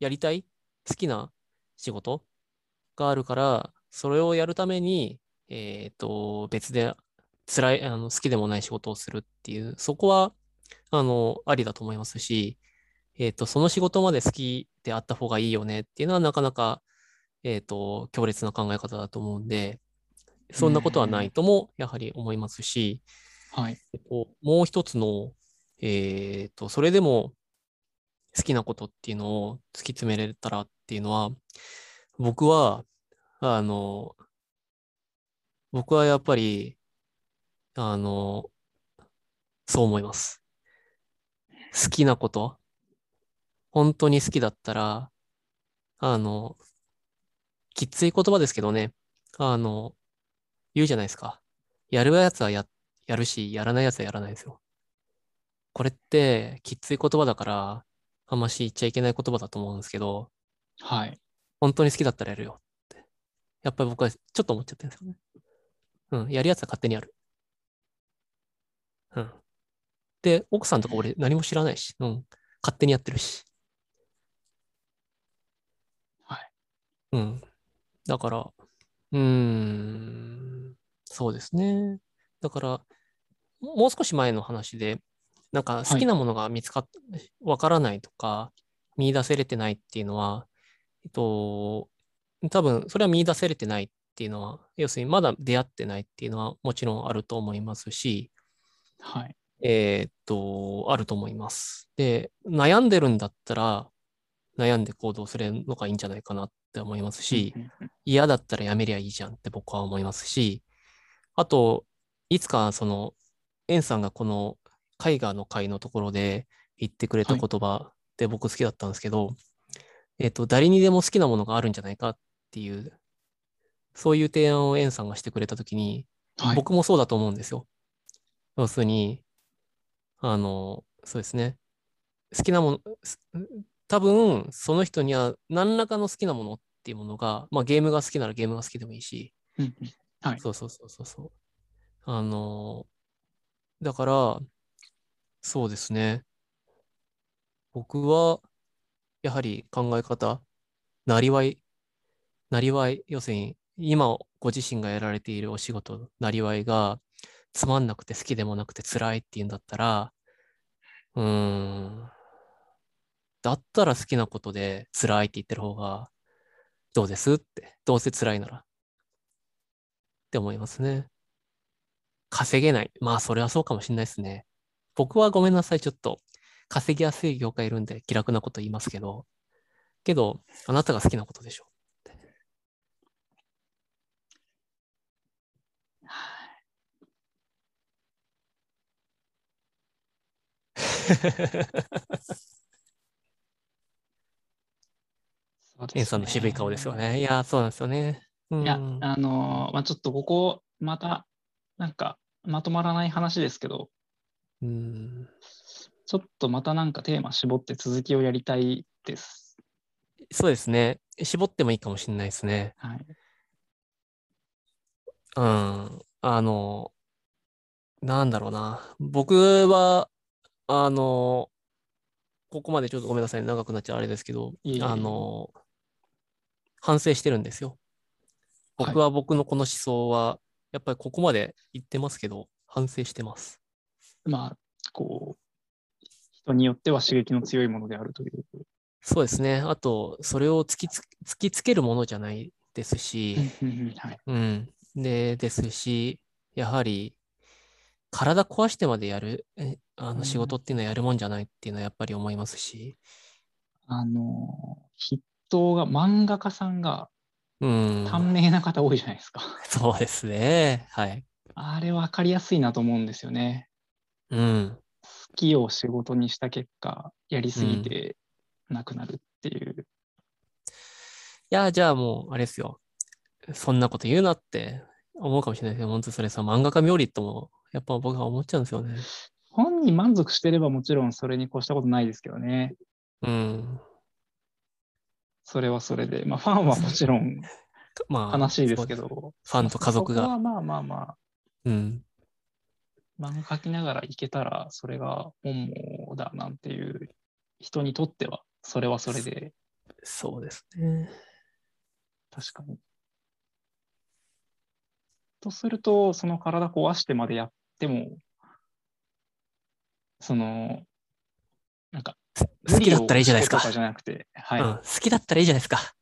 S2: やりたい、好きな仕事があるから、それをやるために、えっと、別で、辛い、あの、好きでもない仕事をするっていう、そこは、あの、ありだと思いますし、えっと、その仕事まで好きであった方がいいよねっていうのは、なかなか、えっと、強烈な考え方だと思うんで、そんなことはないとも、やはり思いますし、
S1: はい。
S2: えっともう一つの、えっと、それでも好きなことっていうのを突き詰められたらっていうのは、僕は、あの、僕はやっぱり、あの、そう思います。好きなこと、本当に好きだったら、あの、きつい言葉ですけどね、あの、言うじゃないですか。やるやつはやっやるし、やらないやつはやらないんですよ。これって、きつい言葉だから、ああんまし言っちゃいけない言葉だと思うんですけど、
S1: はい。
S2: 本当に好きだったらやるよって。やっぱり僕はちょっと思っちゃってるんですよね。うん、やるやつは勝手にやる。うん。で、奥さんとか俺何も知らないし、うん、勝手にやってるし。
S1: はい。
S2: うん。だから、うーん、そうですね。だから、もう少し前の話で、なんか好きなものが見つかっ、わからないとか、見出せれてないっていうのは、えっと、多分それは見出せれてないっていうのは、要するにまだ出会ってないっていうのはもちろんあると思いますし、
S1: はい。
S2: えーっと、あると思います。で、悩んでるんだったら、悩んで行動するのがいいんじゃないかなって思いますし、
S1: うんうん
S2: 嫌だったらやめりゃいいじゃんって僕は思いますし、あと、いつかその、エンさんがこの絵画の会のところで言ってくれた
S1: はい
S2: 言葉で僕好きだったんですけど、えっと、誰にでも好きなものがあるんじゃないかっていう、そういう提案をエンさんがしてくれたときに、
S1: はい。
S2: 僕もそうだと思うんですよ。要するに、あの、そうですね。好きなもの、す多分、その人には何らかの好きなものっていうものが、まあゲームが好きならゲームが好きでもいいし、
S1: うんうんはい
S2: そうそうそうそうそう。あの、だから、そうですね。僕は、やはり考え方、なりわい、なりわい、要するに、今ご自身がやられているお仕事、なりわいが、つまんなくて好きでもなくて辛いっていうんだったら、うーん、だったら好きなことで辛いって言ってる方が、どうですって、どうせ辛いなら。って思いますね。稼げない。まあ、それはそうかもしれないですね。僕はごめんなさい。ちょっと、稼ぎやすい業界いるんで気楽なこと言いますけど、けど、あなたが好きなことでしょ。
S1: そうですね
S2: エンさんの渋い顔ですよ。ね。いやー、そうなんですよね。うん、
S1: いや、あのーまあ、ちょっとここ、また、なんか、まとまらない話ですけど、
S2: うん。
S1: ちょっとまたなんかテーマ絞って続きをやりたいです。
S2: そうですね。絞ってもいいかもしれないですね。
S1: はい。
S2: うん、あの、なんだろうな。僕は、あの、ここまでちょっとごめんなさい、長くなっちゃうあれですけど
S1: いえいえ、
S2: あの、反省してるんですよ。
S1: はい
S2: 僕は僕のこの思想は、やっぱりここまで言ってますけど、反省してます。
S1: まあ、こう、人によっては刺激の強いものであるという。
S2: そうですね。あと、それを突きつ、突きつけるものじゃないですし、
S1: うんうんうんはい。
S2: うん。で、ですし、やはり、体壊してまでやる、えあ
S1: う
S2: の
S1: ん
S2: 仕事っていうのはやるもんじゃないっていうのはやっぱり思いますし、
S1: あのー筆頭が、漫画家さんが、
S2: うん。
S1: 短命な方多いじゃないですか。
S2: そうですね。はい。
S1: あれ分かりやすいなと思うんですよね。
S2: うん。
S1: 好きを仕事にした結果、やりすぎてなくなるっていう。
S2: いや、じゃあもう、あれですよ。そんなこと言うなって思うかもしれないけど、本当それさ、漫画家冥利とも、やっぱ僕は思っちゃうんですよね。
S1: 本人満足してればもちろんそれに越したことないですけどね。
S2: うん。
S1: それはそれで。まあファンはもちろん
S2: まあ、
S1: 悲しいですけど。
S2: そう
S1: フ
S2: ファンと家族
S1: そこ
S2: が。
S1: はまあまあまあ。
S2: うん。
S1: 漫画描きながらいけたらそれが本望だなんていう人にとってはそれはそれで
S2: そうですね。
S1: 確かに。とするとその体壊してまでやってもそのなんか
S2: 好きだったらいいじゃないですか
S1: 無理をしてとかじゃなくて、はい
S2: うん。好きだったらいいじゃないですか。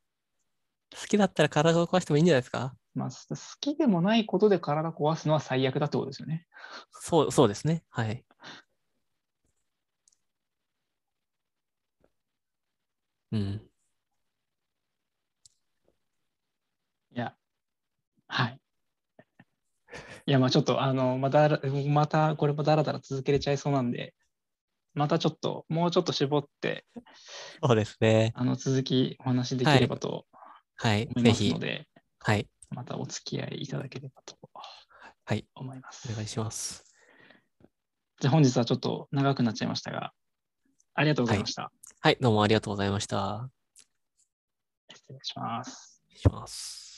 S2: 好きだったら体を壊してもいいんじゃないですか。
S1: まあ、す好きでもないことで体壊すのは最悪だってことですよね。
S2: そう、そうですね。はい。うん。
S1: いや、はい。いや、まあちょっと、あの、まただら、また、これもだらだら続けれちゃいそうなんで、またちょっと、もうちょっと絞って、
S2: そうですね。
S1: あの、続きお話しできればと
S2: はい。
S1: 思い
S2: ぜ
S1: ます
S2: ひ
S1: の。で、
S2: はい。
S1: またお付き合いいただければと
S2: はい。
S1: 思います。
S2: お願いします。
S1: じゃあ本日はちょっと長くなっちゃいましたが、ありがとうございました。
S2: はい、どうもありがとうございました。
S1: 失礼します。
S2: 失礼します。